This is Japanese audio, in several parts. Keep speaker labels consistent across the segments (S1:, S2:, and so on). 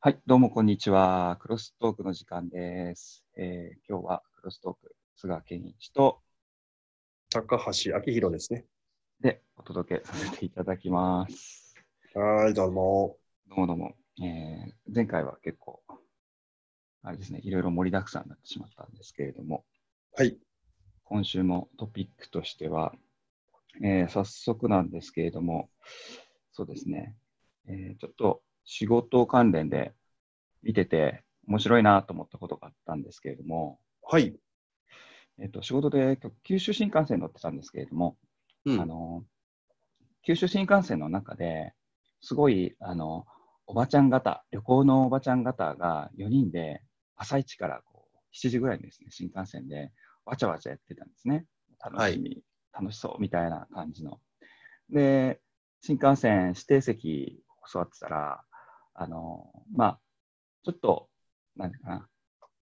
S1: はい、どうもこんにちは。クロストークの時間です。えー、今日はクロストーク、菅健一と、
S2: 高橋明宏ですね。
S1: で、お届けさせていただきます。
S2: はい、どうも。
S1: どうもどうも。えー、前回は結構、あれですね、いろいろ盛りだくさんになってしまったんですけれども、
S2: はい。
S1: 今週もトピックとしては、えー、早速なんですけれども、そうですね、えー、ちょっと仕事関連で見てて面白いなと思ったことがあったんですけれども、
S2: はい。
S1: えっと、仕事で九州新幹線に乗ってたんですけれども、
S2: うん、
S1: あの九州新幹線の中ですごいあのおばちゃん方旅行のおばちゃん方が4人で朝一からこう7時ぐらいにですね新幹線でわちゃわちゃやってたんですね楽しみ、はい、楽しそうみたいな感じので新幹線指定席座ってたらあのまあちょっと何かな、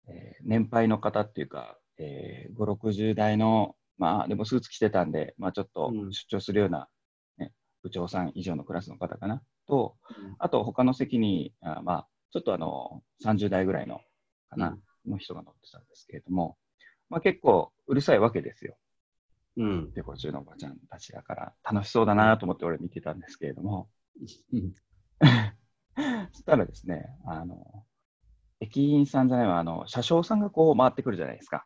S1: えー、年配の方っていうか、えー、560代のまあでもスーツ着てたんで、まあ、ちょっと出張するような、ね、部長さん以上のクラスの方かなと、うん、あと他の席にあ、まあ、ちょっとあの30代ぐらいのかな、うん、の人が乗ってたんですけれども、まあ、結構うるさいわけですよ。
S2: うん、
S1: で50のおばちゃんたちだから楽しそうだなと思って俺見てたんですけれども、
S2: うん、
S1: そしたらですねあの駅員さんじゃないわあの車掌さんがこう回ってくるじゃないですか。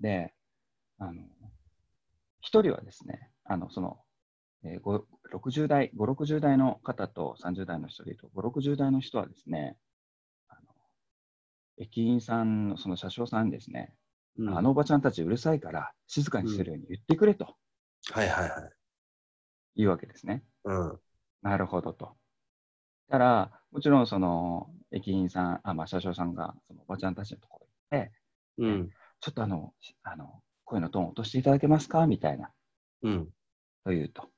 S1: であの、1人はですね、あのそのえー、60代、5、60代の方と30代の人でいうと、5、60代の人はですね、あの駅員さんのその車掌さんですね、うん、あのおばちゃんたちうるさいから静かにするように言ってくれと、。
S2: うん、はいはいはい
S1: いうわけですね。
S2: うん、
S1: なるほどと。たら、もちろんその駅員さん、あまあ、車掌さんがそのおばちゃんたちのところに行って、
S2: うん、
S1: ちょっとあの、あの声のトーン落としていただけますかみたいな、
S2: うん、
S1: というと。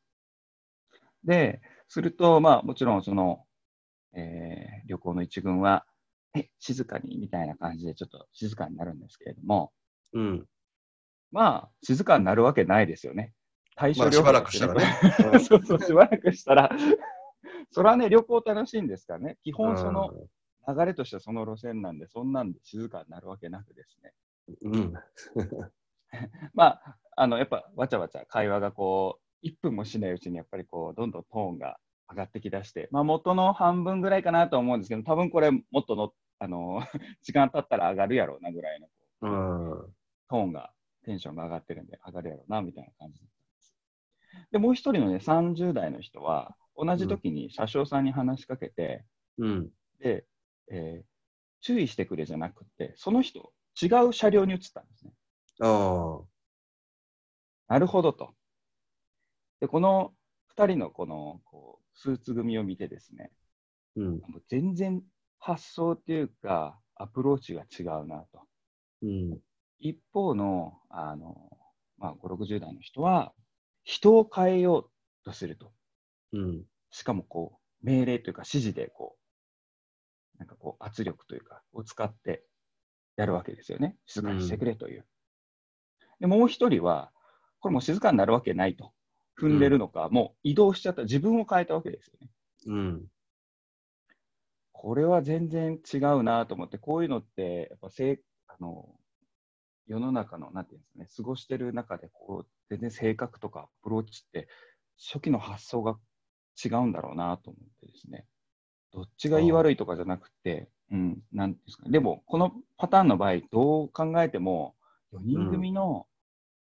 S1: で、すると、まあ、もちろんその、えー、旅行の一軍は、え、静かにみたいな感じで、ちょっと静かになるんですけれども、
S2: うん、
S1: まあ、静かになるわけないですよね。
S2: 対象、ね、しばらくしたらね。
S1: そうそう、しばらくしたら それはね、旅行楽しいんですからね、基本その流れとしてはその路線なんで、そんなんで静かになるわけなくですね。
S2: うん、
S1: まあ、あのやっぱわちゃわちゃ会話がこう1分もしないうちにやっぱりこうどんどんトーンが上がってきだして、まあ、元の半分ぐらいかなと思うんですけど多分これもっとのあの 時間経ったら上がるやろうなぐらいの
S2: うん
S1: トーンがテンションが上がってるんで上がるやろうなみたいな感じでもう1人のね30代の人は同じ時に車掌さんに話しかけて、
S2: うん、
S1: で、えー、注意してくれじゃなくてその人違う車両に移ったんですね。
S2: あ
S1: なるほどと。で、この2人のこのこうスーツ組を見てですね、
S2: うん、
S1: 全然発想っていうか、アプローチが違うなと。
S2: うん、
S1: 一方のあの、まあ、5、60代の人は、人を変えようとすると。
S2: うん、
S1: しかもこう命令というか指示でこう、なんかこう圧力というか、を使ってやるわけですよね。静かにしてくれという。でもう一人は、これも静かになるわけないと。踏んでるのか、うん、もう移動しちゃった自分を変えたわけですよね。
S2: うん、
S1: これは全然違うなと思ってこういうのってやっぱせあの世の中のなんていうんですかね過ごしてる中でこう全然性格とかアプローチって初期の発想が違うんだろうなと思ってですねどっちが言い悪いとかじゃなくて、うん、なんですか、ね、でもこのパターンの場合どう考えても4人組の、うん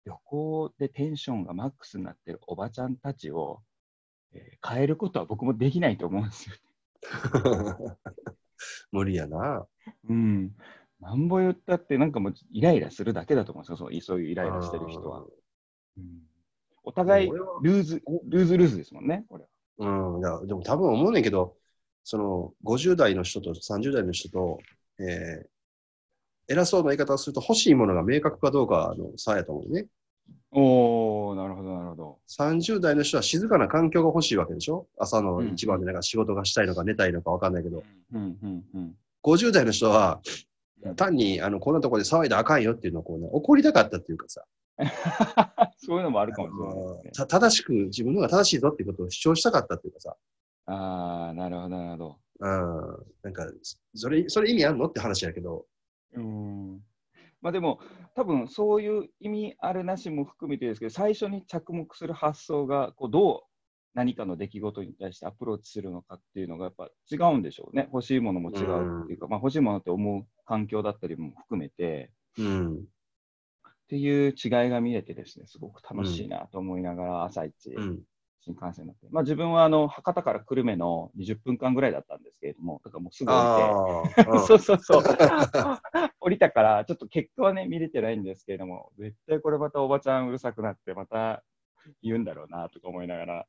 S1: 旅行でテンションがマックスになってるおばちゃんたちを、えー、変えることは僕もできないと思うんですよ、
S2: ね。 無理やな。
S1: うん。なんぼ言ったって、なんかもうイライラするだけだと思うんですよ、そうそういうイライラしてる人は。うん、お互いルーズ、ルーズルーズですもんね、これ
S2: は。うん、いやでも多分思うねんけど、その50代の人と30代の人と、えー、偉そうな言い方をすると欲しいものが明確かどうかの差やと思うね。
S1: おおなるほど、なるほど。
S2: 30代の人は静かな環境が欲しいわけでしょ朝の一番でなんか仕事がしたいのか寝たいのか分かんないけど。
S1: うんうんうん、
S2: 50代の人は、単にあのこんなところで騒いだらあかんよっていうのをこう、ね、怒りたかったっていうかさ。
S1: そういうのもあるかもしれない、ね、
S2: 正しく、自分のが正しいぞっていうことを主張したかったっていうかさ。
S1: ああ、なるほど、なるほど。
S2: うん。なんか、それ、それ意味あんのって話やけど、
S1: うん。まあでも、多分そういう意味あるなしも含めてですけど、最初に着目する発想が、こうどう何かの出来事に対してアプローチするのかっていうのがやっぱ違うんでしょうね。欲しいものも違うっていうか、まあ欲しいものって思う環境だったりも含めて、
S2: うん。
S1: っていう違いが見えてですね、すごく楽しいなと思いながら、朝一、
S2: うん。
S1: 新幹線乗って。まあ自分はあの、博多から久留米の20分間ぐらいだったんですけれども、だからもうすぐ降りて、
S2: ああ。うん
S1: そうそうそう。降りたから、ちょっと結果はね、見れてないんですけれども、絶対これまたおばちゃんうるさくなって、また言うんだろうなとか思いながら、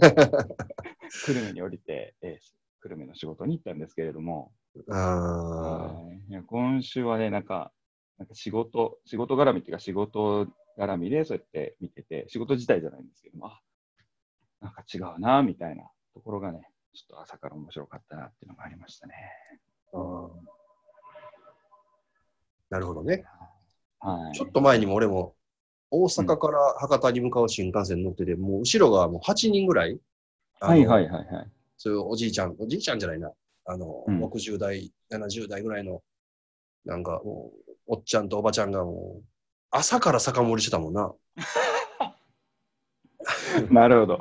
S1: 久留米に降りて、えー久留米の仕事に行ったんですけれども、
S2: ああ。
S1: はいいや今週はね、なんか、なんか仕事、仕事絡みっていうか、仕事絡みでそうやって見てて、仕事自体じゃないんですけども、あなんか違うな、みたいなところがね、ちょっと朝から面白かったなっていうのがありましたね。
S2: なるほどね。
S1: はい。
S2: ちょっと前にも俺も、大阪から博多に向かう新幹線に乗ってて、もう後ろがもう8人ぐらい。あの
S1: はいはいはいはい。
S2: そういうおじいちゃん、おじいちゃんじゃないな。あの、
S1: うん
S2: 60代、70代ぐらいの、なんかもう、おっちゃんとおばちゃんがもう、朝から酒盛りしてたもんな。
S1: なるほど。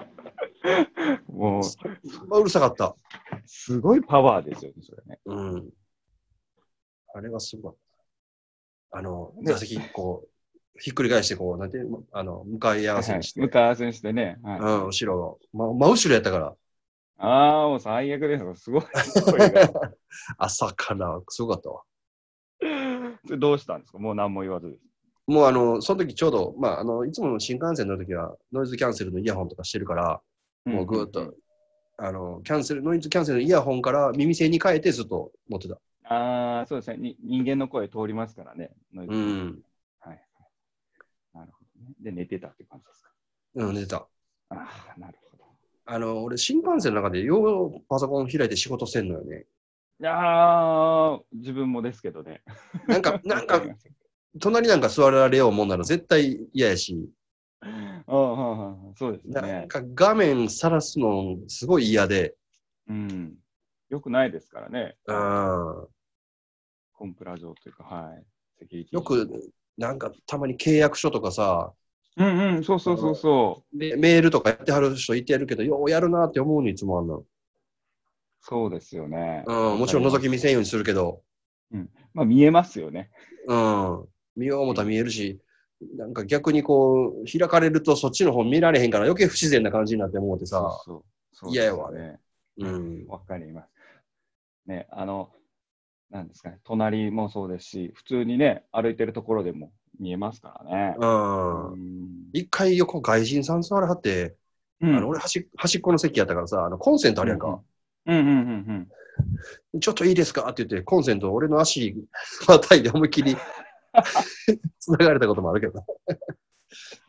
S1: もう、
S2: うるさかった。
S1: すごいパワーですよね、それね。
S2: うん。あれがすごかった。あの、
S1: ね
S2: 座席、こう、ひっくり返して、こう、なんていうの、あの、向かい合わせにして、
S1: 向かい合わせにしてね。はい
S2: うん、後ろ、ま、真後ろやったから、
S1: ああ、もう最悪ですよ。すごい。
S2: 朝から、すごかったわ。
S1: それどうしたんですかもう何も言わずです。
S2: もうあの、その時ちょうど、まあ、あの、いつもの新幹線の時は、ノイズキャンセルのイヤホンとかしてるから、もうぐーっと、あの、キャンセル、ノイズキャンセルのイヤホンから耳栓に変えてずっと乗ってた。
S1: ああ、そうですねに。人間の声通りますからね。ノイズ
S2: うん。
S1: はい。なるほどね。で、寝てたって感じですか。
S2: うん、寝てた。
S1: ああ、なるほど。
S2: あの、俺、新幹線の中で、ようパソコン開いて仕事してんのよね。
S1: ああ、自分もですけどね。
S2: なん か、なん か
S1: わ、りますよ
S2: 隣なんか座られようもんなら絶対嫌やし、
S1: うんうんうんそうです
S2: な
S1: ね
S2: ん。か画面さらすのすごい嫌で、
S1: うん。よくないですからね。
S2: うん
S1: コンプラ上というか、はい。セキュリティ
S2: よ、くなんかたまに契約書とかさ、
S1: うんうん、そうそうそうそう。
S2: でメールとかやってはる人いてるけど、ようやるなって思うにいつもあんの。
S1: そうですよね。
S2: うん、もちろん覗
S1: き。
S2: き見せんようにするけど、
S1: まあ見えますよね。
S2: うん、見よう思ったら見えるし、なんか逆にこう、開かれるとそっちの方見られへんから余計不自然な感じになって思うてさ、
S1: そうそう。
S2: 嫌や
S1: そう
S2: わ
S1: ですよね。
S2: うん、
S1: わかります。ね、あの、なんですかね、隣もそうですし、普通にね、歩いてるところでも見えますからね。
S2: うん。
S1: ん
S2: 一回横外人さん座らはって、
S1: うん
S2: あの俺端端っこの席やったからさ、あのコンセントあるやんか。。
S1: うんうんうんうん
S2: ちょっといいですかって言って、コンセントを俺の足またいで思いっ きり繋がれたこともあるけど。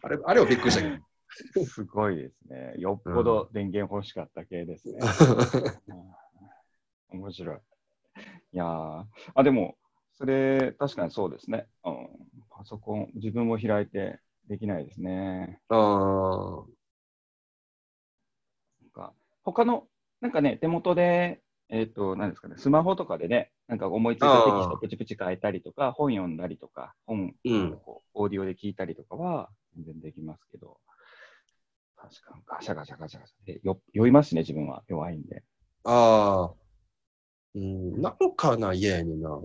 S2: あれ、あれはびっくりしたけ
S1: うん。 すごいですね。よっぽど電源欲しかった系ですね。
S2: ど。
S1: うん面白い。いやーあ、でも、それ、確かにそうですね、うん。パソコン、自分も開いてできないですね。
S2: あ
S1: なんか他の、なんかね、手元で、えっ、と、なんですかね、スマホとかでね、なんか思いついたテキス
S2: あ
S1: ト
S2: ー
S1: プチプチ変えたりとか、本読んだりとか、本、
S2: うん
S1: こうオーディオで聞いたりとかは、全然できますけど、確かにガシャガシャガシャガシャで。よ酔いますね、自分は。弱いんで。
S2: あ、ああ。うん、なんかな、嫌やねんな。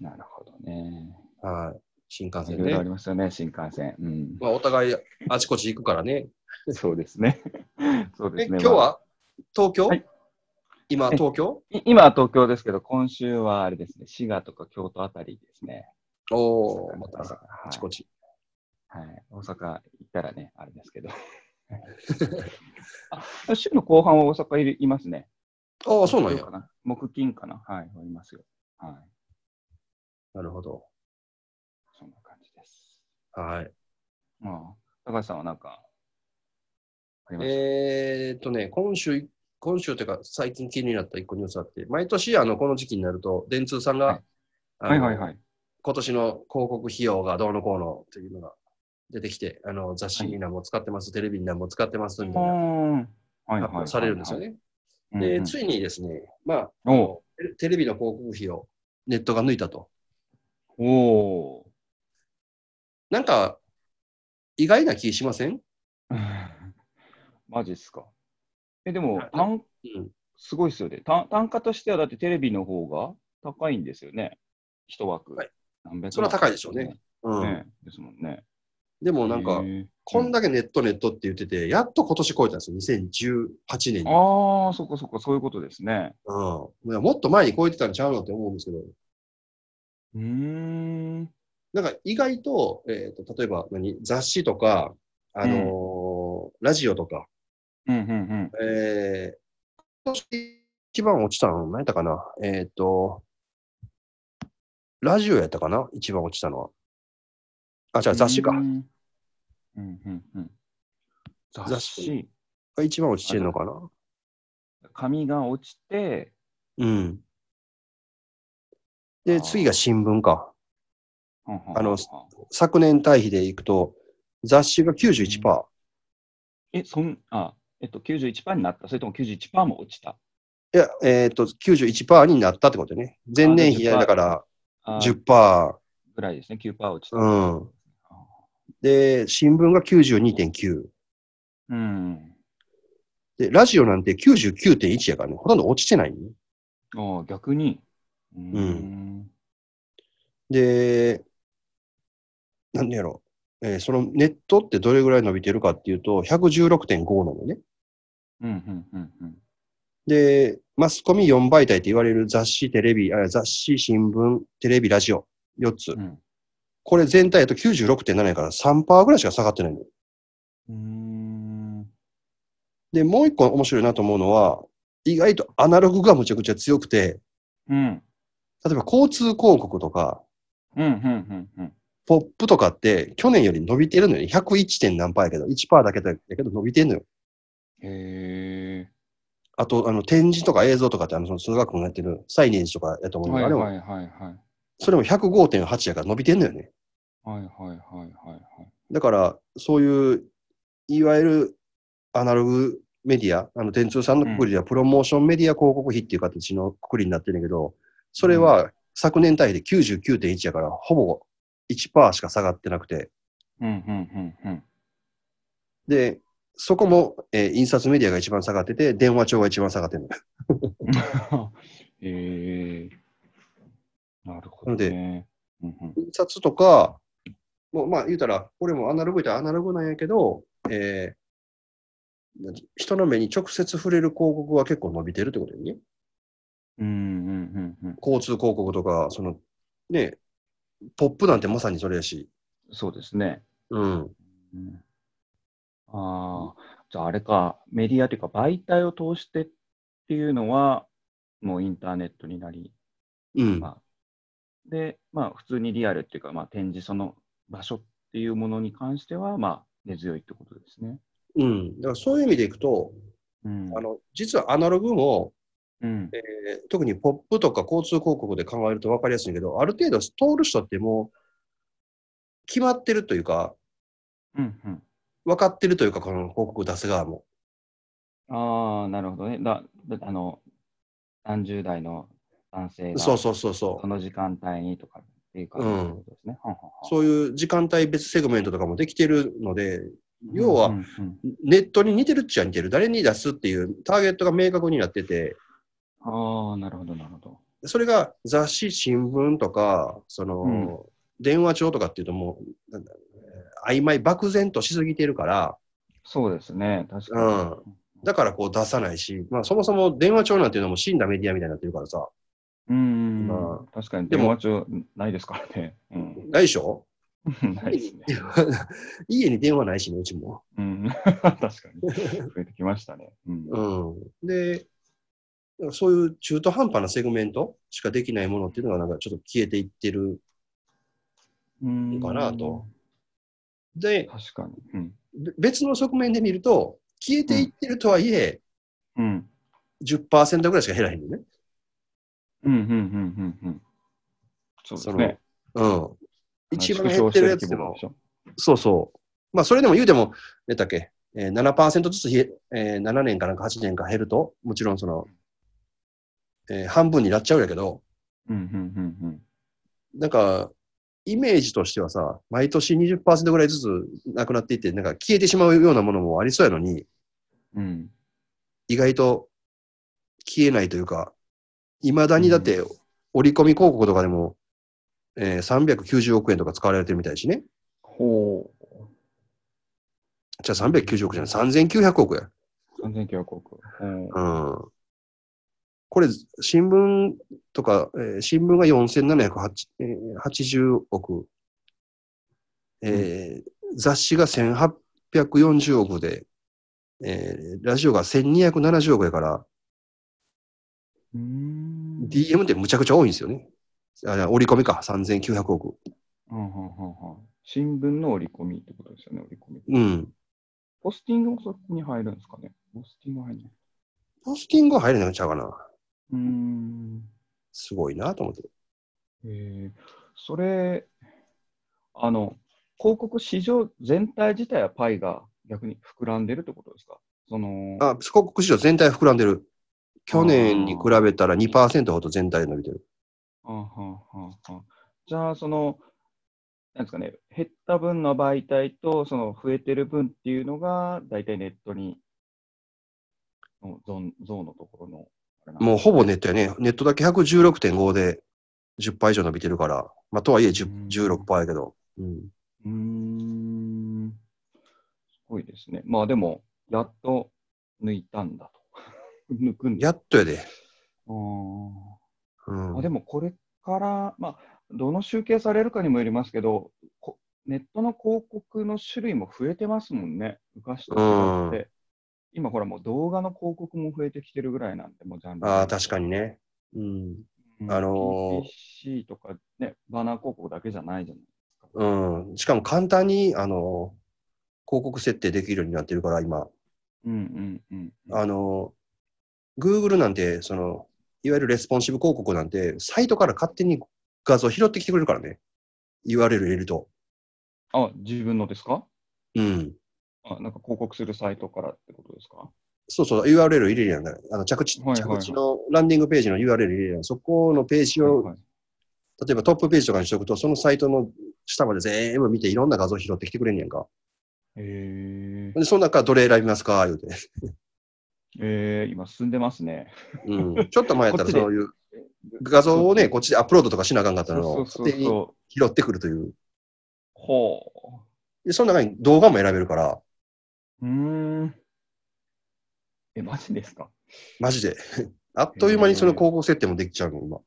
S1: なるほどね。
S2: はい。新幹
S1: い
S2: 線
S1: ろいろあ
S2: ね
S1: り。ますよね、新幹線。うん。
S2: まあ、お互いあちこち行くからね。
S1: そうですね。 そうで
S2: え、
S1: すね。
S2: 今日
S1: まあ
S2: は東京、
S1: はい
S2: 今、東京
S1: い今は東京ですけど、今週はあれですね、滋賀とか京都あたりですね。
S2: おー、ま
S1: 大阪
S2: たあちこち。
S1: はいはい。大阪行ったらね、あれですけ ど。あ週の後半は大阪いるいますね。
S2: ああ、そうなん
S1: 木曜か。
S2: や
S1: な木金かなはい、いますよ。はい。
S2: なるほど。
S1: そんな感じです。
S2: はい。
S1: まあ、高橋さんはなんか、ありました、
S2: えーっとね、今週、今週というか、最近気になった一個ニュースあって、毎年、あの、この時期になると、電通さんが、
S1: はい
S2: あの
S1: はいはいはい。
S2: 今年の広告費用がどうのこうのというのが出てきて、あの、雑誌に何も使ってます、テレビに何も使ってます、みたいな。
S1: うんはい
S2: 発表されるんですよ。ね。で、ついにですね、まあ、
S1: お
S2: テレテレビの広告費をネットが抜いたと。
S1: おー
S2: なんか、意外な気しません
S1: マジっすか。え、でも
S2: はい、
S1: 単
S2: うん。
S1: すごいっすよね。単単価としては、だってテレビの方が高いんですよね。一枠。
S2: はい
S1: 何百万
S2: それは高いでしょうね。うん
S1: ねですもんね。
S2: でもなんか
S1: へ、ー
S2: こんだけネットネットって言ってて、やっと今年超えたんですよ、2018年に。うん
S1: ああ、そっかそっか、そういうことですね。
S2: いやもっと前に超えてたんちゃうのって思うんですけど、
S1: うーん。
S2: なんか意外と、えー、と例えば何雑誌とか、あのーラジオとか、
S1: うんうん
S2: えー、今年一番落ちたの何やったかなえっ、と、ラジオやったかな一番落ちたのは。あ、じ
S1: う
S2: ゃあ
S1: ん。
S2: 雑誌か
S1: う。んうんうん。雑
S2: 雑
S1: 誌
S2: 誌。が一番落ちてんのかな
S1: 紙が落ちて、
S2: うん。
S1: あ
S2: で、
S1: ー
S2: 次が新聞か。
S1: あ
S2: あの昨年対比でいくと、雑誌が91%。
S1: え、そん、あ、えっと、91%になった、それとも91%も落ちた。
S2: いや、えっ、と、91%になったってことね。前年比
S1: あー
S2: だから
S1: あー
S2: 10%。
S1: ぐらいですね、9%落ちた。
S2: うん。で、新聞が92.9。
S1: うん。
S2: で、ラジオなんて99.1やからね、ほとんど落ちてない、ね。
S1: ああ、逆に。うー。
S2: うんで、なんでやろう、えーそのネットってどれぐらい伸びてるかっていうと、116.5なのね。
S1: うん、うん、うん、うん。
S2: で、マスコミ4媒体って言われる雑誌、テレビ、あ雑誌、新聞、テレビ、ラジオ、4つ。
S1: うん
S2: これ全体だと96.7やから3%ぐらいしか下がってないの。
S1: うーん。
S2: で、もう一個面白いなと思うのは、意外とアナログがむちゃくちゃ強くて、
S1: うん、
S2: 例えば交通広告とか、
S1: うん、うん、うん。
S2: ポップとかって去年より伸びてるのよね。101. 点何パーやけど、1%だけだけど伸びてんのよ。
S1: へえ。
S2: あと、あの、展示とか映像とかって、あの、その数学もやってるサイネージとかやと思うの
S1: はい
S2: よ、
S1: はい
S2: あれも、
S1: はいはい。
S2: それも105.8やから伸びてんのよね。
S1: はいはいはいはいはい。
S2: だから、そういう、いわゆるアナログメディア、あの、電通さんのくくりではプロモーションメディア広告費っていう形のくくりになってるんだけど、それは昨年対比で99.1やから、ほぼ1%しか下がってなくて、
S1: うん、うん、うん、うん。
S2: で、そこも、えー印刷メディアが一番下がってて、電話帳が一番下がってるの。
S1: ええなるほど、ね。うんうん
S2: 印刷とか、もうまあ言うたら、これもアナログ言ったらアナログなんやけど、えーなんて人の目に直接触れる広告は結構伸びてるってことよね。
S1: うんうんうんうん、
S2: 交通広告とか、その、ね、ポップなんてまさにそれやし。
S1: そうですね。
S2: うん。
S1: うん、ああ、じゃああれか、メディアというか媒体を通してっていうのは、もうインターネットになり、
S2: うん。
S1: まあ、で、まあ普通にリアルっていうか、まあ展示その場所っていうものに関しては、まあ根強いってことですね。
S2: うん。だからそういう意味でいくと、
S1: うん
S2: あの、実はアナログも、
S1: うん
S2: えー特にポップとか交通広告で考えると分かりやすいんだけど、ある程度通る人ってもう、決まってるというか、
S1: うんうん
S2: 分かってるというか、この広告出す側も。
S1: ああ、なるほどね。だ、だあの、30代の男性が、
S2: そうそうそうそう
S1: こ。の時間帯にとかっていう感じ
S2: うん
S1: のことですね。はんはんはん
S2: そういう時間帯別セグメントとかもできてるので、要
S1: う
S2: は
S1: んうん
S2: ネットに似てるっちゃ似てる、誰に出すっていうターゲットが明確になってて、
S1: うんああ、なるほど、なるほど。
S2: それが雑誌、新聞とか、その、
S1: うん
S2: 電話帳とかっていうともう、なんだえー曖昧、漠然としすぎてるから、
S1: そうですね、確
S2: う
S1: か
S2: ん。だからこう出さないし、まあそもそも電話帳なんていうのも死んだメディアみたいになってるからさ、
S1: に。うん、
S2: ま
S1: 確かに、
S2: でも
S1: 電話帳ないですからね。うん、
S2: ないでしょ
S1: ないですね。
S2: 家に電話ないしね、うちも。
S1: うん、 確かに。増えてきましたね。うん。
S2: うん。で、なんかそういう中途半端なセグメントしかできないものっていうのがなんかちょっと消えていってる。
S1: うん
S2: かなと。で、
S1: 確かに。うん。
S2: べ別の側面で見ると、消えていってるとはいえ、
S1: うん。
S2: 10%ぐらいしか減らへんのね。
S1: うん、うん、うん、うん、うん。そうですね。
S2: うん。一番
S1: 縮小
S2: 減っ
S1: して
S2: るや
S1: る
S2: つ
S1: 規
S2: で
S1: 模
S2: も
S1: で、しょ。
S2: そうそう。まあ、それでも言うても、何だっけ、えー、7%ずつひ、えー、7年かなんか8年か減ると、もちろんその、えー半分になっちゃうやけど、
S1: うんうんうん
S2: なんか、イメージとしてはさ、毎年20%ぐらいずつなくなっていって、なんか消えてしまうようなものもありそうやのに、
S1: うん。うん。
S2: 意外と消えないというか、いまだにだって折り込み広告とかでも、えー、390億円とか使われてるみたいしね。
S1: ほ
S2: じゃあ390億じゃない、3900億や。
S1: う。完全峡谷。ほ
S2: うん。これ、新聞とか、えー新聞が4780億、えー雑誌が1840億で、えーラジオが1270億やから、
S1: う。うーん。
S2: DM ってむちゃくちゃ多いんですよね。あいや折り込みか、3900億。
S1: うんうんうんうん新聞の折り込みってことですよね、折り込み。
S2: うん。
S1: ポスティングもそこに入るんですかね。ポスティングは入るない。
S2: ポスティングは入れなくちゃうかな。
S1: うーん。
S2: すごいなと思って。
S1: えーそれ、あの、広告市場全体自体はパイが逆に膨らんでるってことですかその、
S2: あ、四国市場全体膨らんでる。去年に比べたら2%ほど全体で伸びてる。
S1: あはあはあはあじゃあ、その、なんですかね、減った分の媒体と、その増えてる分っていうのが、大体ネットに、のゾーンゾーンのところのあれなんですね、
S2: もうほぼネットやね。ネットだけ116.5で10%以上伸びてるから。まあ、とはいえ
S1: うん
S2: 10 16%やけど。うん。
S1: うーん、すごいですね。まあでも、やっと抜いたんだと。 抜くんだ。
S2: やっとやで。
S1: あー
S2: うん
S1: まあ、でもこれから、まあ、どの集計されるかにもよりますけど、こネットの広告の種類も増えてますもんね、昔と違って。今、ほら、もう動画の広告も増えてきてるぐらいなんで、もうジャンル。
S2: ああ、確かにね。うん。
S1: うん
S2: あのー
S1: PPC とか、ね、バナー広告だけじゃないじゃないですか。
S2: うん。しかも簡単に、あの、広告設定できるようになってるから、今。
S1: うんうんうんうん。
S2: あの、Google なんて、その、いわゆるレスポンシブ広告なんて、サイトから勝手に画像拾ってきてくれるからね。URL 入れると。
S1: あ、自分のですか
S2: うん。
S1: あなんか広告するサイトからってことですか
S2: そうそう、URL 入れるやん。あの着地、
S1: はいはいはい
S2: 着地のランディングページの URL 入れるやん。そこのページ
S1: は
S2: を、
S1: いはい
S2: 例えばトップページとかにしておくと、そのサイトの下まで全部見て、いろんな画像拾ってきてくれんねやんか。
S1: へえ
S2: で、その中どれ選びますか言うて。
S1: えー、今進んでますね。
S2: うん。ちょっと前やった
S1: こっ
S2: ら
S1: ちで
S2: そういう画像をね、こっちでアップロードとかしなあかんかった
S1: そう
S2: の
S1: そ
S2: を
S1: うそ
S2: 勝
S1: う
S2: 手に
S1: そう。
S2: 拾ってくるという。
S1: ほ
S2: で、その中に動画も選べるから、
S1: う。うーん。え、マジですか
S2: マジで。 あっという間にその広告設定もできちゃうの、今。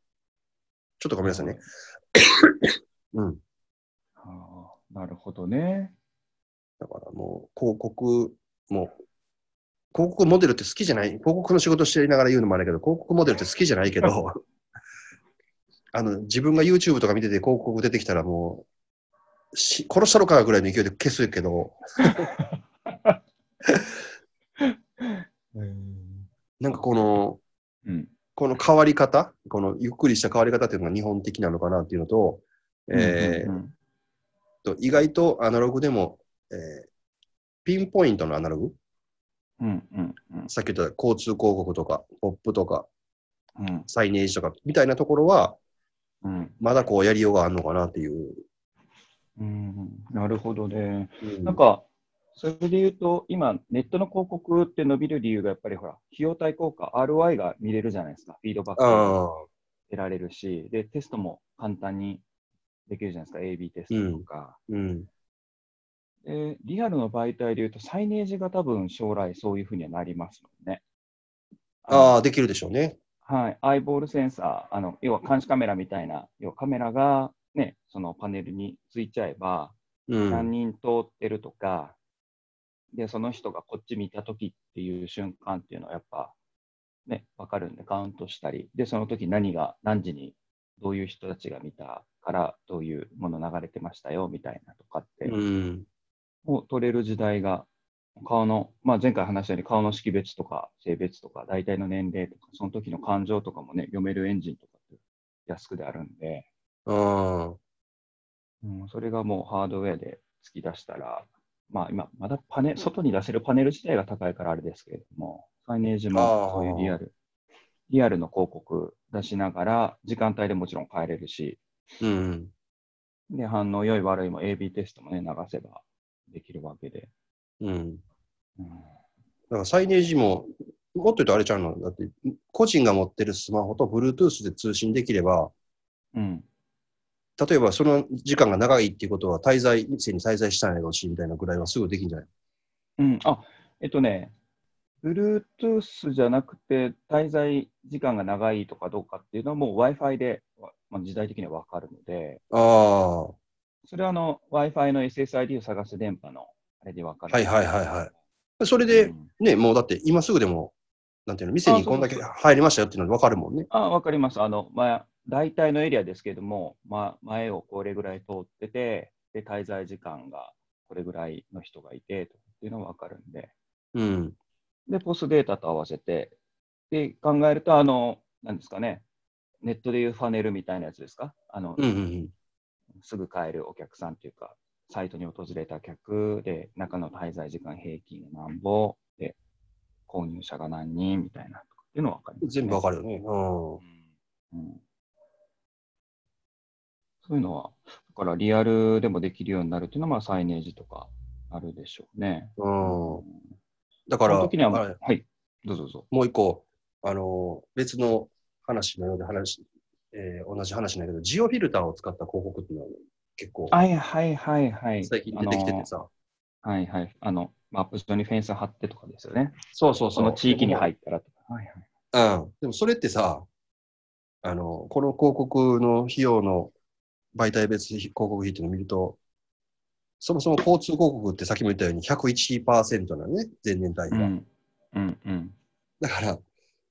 S2: ちょっとご
S1: ご
S2: めんなさいね。。うん。
S1: あーなるほどね。
S2: だからもう、広告も、広告モデルって好きじゃない、広告の仕事していながら言うのもあれだけど、広告モデルって好きじゃないけど、 あの、自分が YouTube とか見てて広告出てきたらもう、し殺したろかぐらいの勢いで消すけど、なんかこの、
S1: うん。
S2: この変わり方、このゆっくりした変わり方っていうのが日本的なのかなっていうのと、え
S1: う
S2: ー
S1: ん
S2: っ
S1: うんうん
S2: と、意外とアナログでも、えーピンポイントのアナログ
S1: うんうんうん
S2: さっき言った交通広告とか、ポップとか、
S1: うん
S2: サイネージとかみたいなところは、
S1: うん
S2: まだこうやりようがあるのかなっていう。
S1: うんなるほどね。
S2: うん
S1: なんか、それで言うと、今、ネットの広告って伸びる理由が、やっぱりほら、費用対効果、ROI が見れるじゃないですか。フィードバックが
S2: あ
S1: 得られるし、で、テストも簡単にできるじゃないですか。AB テストとか。
S2: ーうん。
S1: でリアルの媒体で言うと、サイネージが多分将来そういうふうにはなりますもんね。
S2: ああ、できるでしょうね。
S1: はい、アイボールセンサー、あの要は監視カメラみたいな、要はカメラが、ね、そのパネルについちゃえば、
S2: う
S1: 何
S2: ん。
S1: 人通ってるとか、で、その人がこっち見たときっていう瞬間っていうのはやっぱ、ね、わかるんで、カウントしたり、で、その時何が、何時に、どういう人たちが見たから、どういうもの流れてましたよ、みたいなとかって、
S2: うん。
S1: を取れる時代が、顔の、まあ、前回話したように顔の識別とか性別とか大体の年齢とか、その時の感情とかもね、読めるエンジンとかって安くであるんで、
S2: ああ。
S1: うん、それがもうハードウェアで突き出したら、まあ今、まだパネ、外に出せるパネル自体が高いからあれですけれども、サイネージもそういうリアル、リアルの広告出しながら、時間帯でもちろん変えれるし、
S2: うん。
S1: で、反応良い悪いも AB テストもね、流せばできるわけで。
S2: うん。
S1: うん、
S2: だからサイネージも、もっと言うとあれちゃうのだって、個人が持ってるスマホと Bluetooth で通信できれば、
S1: うん、
S2: 例えばその時間が長いっていうことは、滞在、店に滞在したんやろうし、みたいなぐらいはすぐできんじゃない
S1: うん。あ、えっとね、Bluetooth じゃなくて、滞在時間が長いとかどうかっていうのはもう Wi-Fi で、まあ、時代的にはわかるので、
S2: ああ、は
S1: それはあの Wi-Fi の SSID を探す電波のあれでわかる。
S2: いはいはいはい。それで
S1: う、ん
S2: ね、もうだって今すぐでも、なんていうの、店にこんだけ入りましたよっていうのわかるもんね。
S1: あ、わかります。あの、まあ、大体のエリアですけれども、まあ、前をこれぐらい通ってて、で、滞在時間がこれぐらいの人がいて、とっていうのがわかるんで。
S2: うん。
S1: で、ポスデータと合わせて、で、考えると、あの、なんですかね、ネットでいうファネルみたいなやつですかあの、
S2: うんうんうん。
S1: すぐ買えるお客さんというか、サイトに訪れた客で、中の滞在時間平均が何ぼ、で、購入者が何人みたいな、っていうのはわかります、
S2: 全部わかるよね。う
S1: うんそういうのは、だからリアルでもできるようになるっていうのは、まあ、サイネージとかあるでしょうね。
S2: ん。うん。
S1: ん
S2: だか
S1: そ
S2: ら、
S1: の時には、
S2: あれ
S1: はい、どうぞどうぞ。
S2: もう一個、あの、別の話のようで話、えー同じ話なんだけど、ジオフィルターを使った広告っていうのは結構、
S1: はいはいはいはい。
S2: 最近出てきて
S1: あ
S2: て
S1: の
S2: さ。
S1: はいはい。あの、マップ上にフェンス張ってとかですよね。
S2: そうそう
S1: その地域に入
S2: っ
S1: ったらとか。はいはい。
S2: うん。でもそれってさ、あの、この広告の費用の媒体別広告費っていうのを見ると、そもそも交通広告ってさっきも言ったように101%なのね、前年対比
S1: う
S2: が。
S1: ん。うんうん。
S2: だから、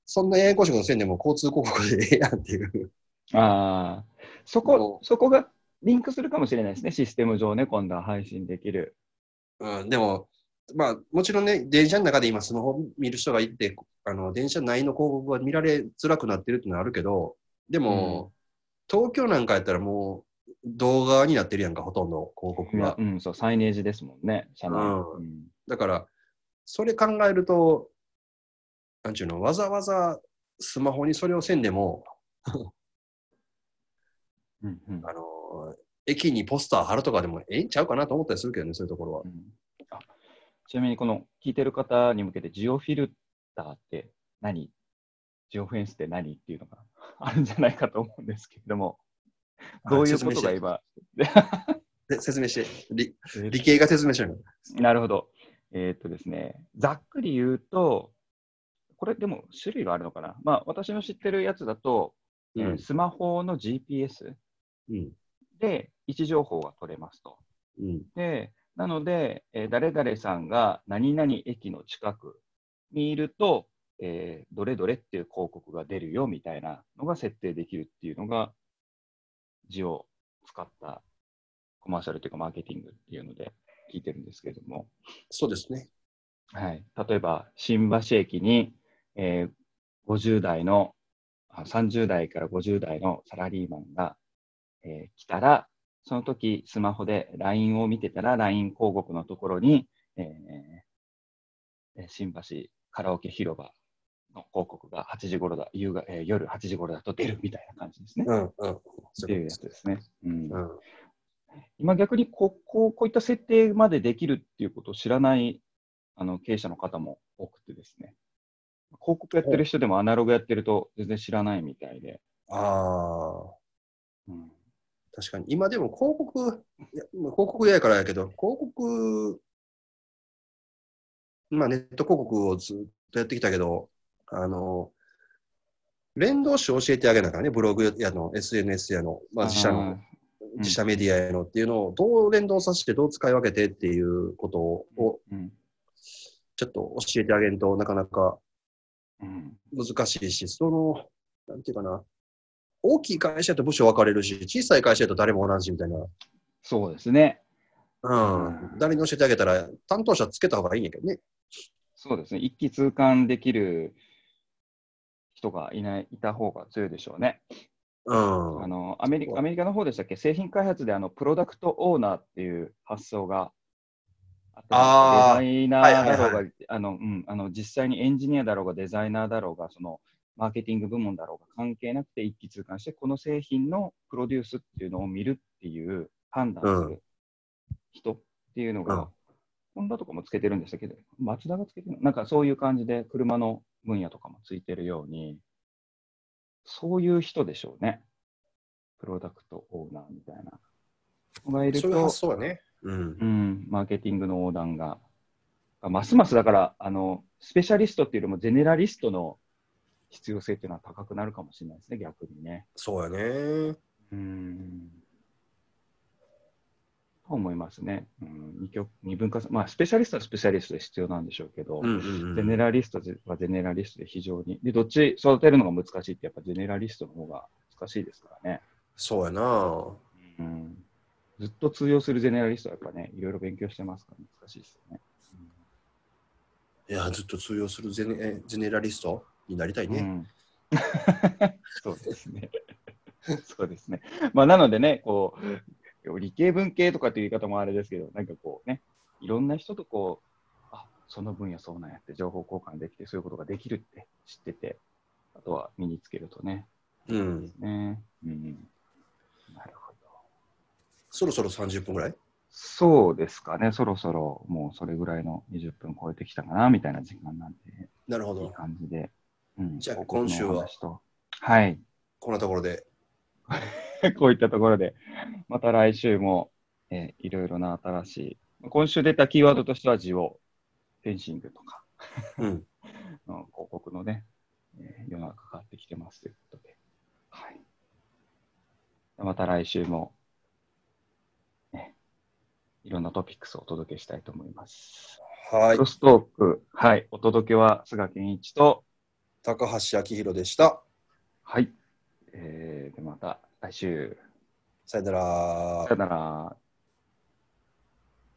S2: そんな AI 広告のせいでも交通広告でええやんっていう。
S1: ああ、そ
S2: そ
S1: こ、そこがリンクするかもしれないですね。システム上ね、今度は配信できる。
S2: うん、でも、まあ、もちろんね、電車の中で今スマホ見る人がいて、あの、電車内の広告は見られづらくなってるっていうのはあるけど、でも、東京なんかやったらもう動画になってるやんか、ほとんど広告が
S1: う。ん、そう、サイネージですもんね、社内。
S2: うん
S1: うん
S2: だから、それ考えると、なんちゅうの、わざわざスマホにそれをせんでも、
S1: うんうん
S2: あの駅にポスター貼るとかでもええんちゃうかなと思ったりするけどね、そういうところは
S1: う。んあちなみにこの聞いてる方に向けてジオフィルターって何ジオフェンスって何っていうのが あるんじゃないかと思うんですけれども、どういうことが今、
S2: で説明して、理理系が説明してる
S1: なるほど。えーっとですね、ざっくり言うと、これでも種類があるのかなまあ私の知ってるやつだと、えースマホの GPS
S2: うん。
S1: で位置情報が取れますと。
S2: うん。
S1: で、なので、えー誰々さんが何々駅の近くにいると、えーどれどれっていう広告が出るよみたいなのが設定できるっていうのが、字を使ったコマーシャルというかマーケティングっていうので聞いてるんですけれども、
S2: そうですね。
S1: はい、例えば新橋駅に、えー50代の、あ30代から50代のサラリーマンが、えー来たら、その時スマホで LINE を見てたら、LINE 広告のところに、えーえー新橋カラオケ広場の広告が8時頃だ、夕がえー夜8時頃だと出るみたいな感じですね。
S2: うん。うん。そ
S1: って
S2: う
S1: いう
S2: で
S1: や
S2: す
S1: つですね。うん
S2: うん。
S1: 今逆にここうこういった設定までできるっていうことを知らないあの経営者の方も多くてですね広告やってる人でもアナログやってると全然知らないみたいで、
S2: ああ、
S1: うん
S2: 確かに。今でも広告、いやまあ広告嫌やからやけど、広告、まあネット広告をずっとやってきたけど、あの、連動して教えてあげなあからね、ブログやの、SNS やの、まあ、自社
S1: あー
S2: の、自社メディアやのっていうのをどう連動させて、どう使い分けてっていうことを、
S1: うん
S2: ちょっと教えてあげるとなかなか
S1: うん
S2: 難しいし、その、なんていうかな、大きい会社と部署分かれるし、小さい会社だと誰も同じみたいな、
S1: そうですね
S2: うん、誰に教えてあげたら、担当者つけた方がいいんやけどね。
S1: そうですね一気通貫できる人がいないいた方が強いでしょうね
S2: うん。
S1: あのアメリ
S2: そう
S1: カアメリカの方でしたっけ製品開発であのプロダクトオーナーっていう発想があったんですけどデザイナ
S2: は
S1: ー
S2: いはいは
S1: だ
S2: い
S1: ろうが、あの、うん、あの、実際にエンジニアだろうが、デザイナーだろうが、その、マーケティング部門だろうが関係なくて一気通貫して、この製品のプロデュースっていうのを見るっていう判断する人っていうのが、
S2: うん
S1: ホンダとかもつけてるんでしたけど、松田がつけてるのなんかそういう感じで車の分野とかもついてるように、そういう人でしょうね。プロダクトオーナーみたいな。のがいる
S3: そういう
S1: と
S3: 発、想はね。
S2: うん
S1: う。ん、マーケティングの横断が。あますますだから、あの、スペシャリストっていうよりも、ゼネラリストの必要性っていうのは高くなるかもしれないですね、逆にね。
S3: そうやね。
S1: うん。と思いますね。うん、二極、二分化さ、まあ、スペシャリストはスペシャリストで必要なんでしょうけど、
S2: うんうんう
S1: ゼ
S2: ん
S1: ネラリストはゼネラリストで非常に。で、どっち育てるのが難しいって、やっぱゼネラリストの方が難しいですからね。
S3: そうやな。
S1: うん。ずっと通用するゼネラリストはやっぱね、いろいろ勉強してますから難しいですよね。
S3: いや、ずっと通用するゼネえゼネラリストになりたいね。
S1: うん、 そうですね。 そうですね。まあ、なのでね、こう、理系文系とかっていう言い方もあれですけど、なんかこうね、いろんな人とこう、あその分野そうなんやって情報交換できて、そういうことができるって知ってて、あとは身につけるとね。
S3: うん。
S1: ねうん、なるほど。
S3: そろそろ30分ぐらい
S1: そうですかね、そろそろもうそれぐらいの20分超えてきたかなみたいな時間なんで、
S3: なるほ
S1: いい
S3: ど。
S1: 感じで。うん
S3: じゃあ今週は。
S1: 僕のお話とはい。
S3: こんなところで。
S1: こういったところで、また来週も、えーいろいろな新しい、今週出たキーワードとしては、ジオ、フェンシングとか、
S3: うん。
S1: うん広告のね、えー世の中変わってきてますということで、はい。また来週も、ね、いろんなトピックスをお届けしたいと思います。
S3: は
S1: はいクロ。ストーク、はい、お届けは菅健一と、
S3: 高橋明宏でした。
S1: はい、えーでまた来週、
S3: さよなら
S1: さよ。なら。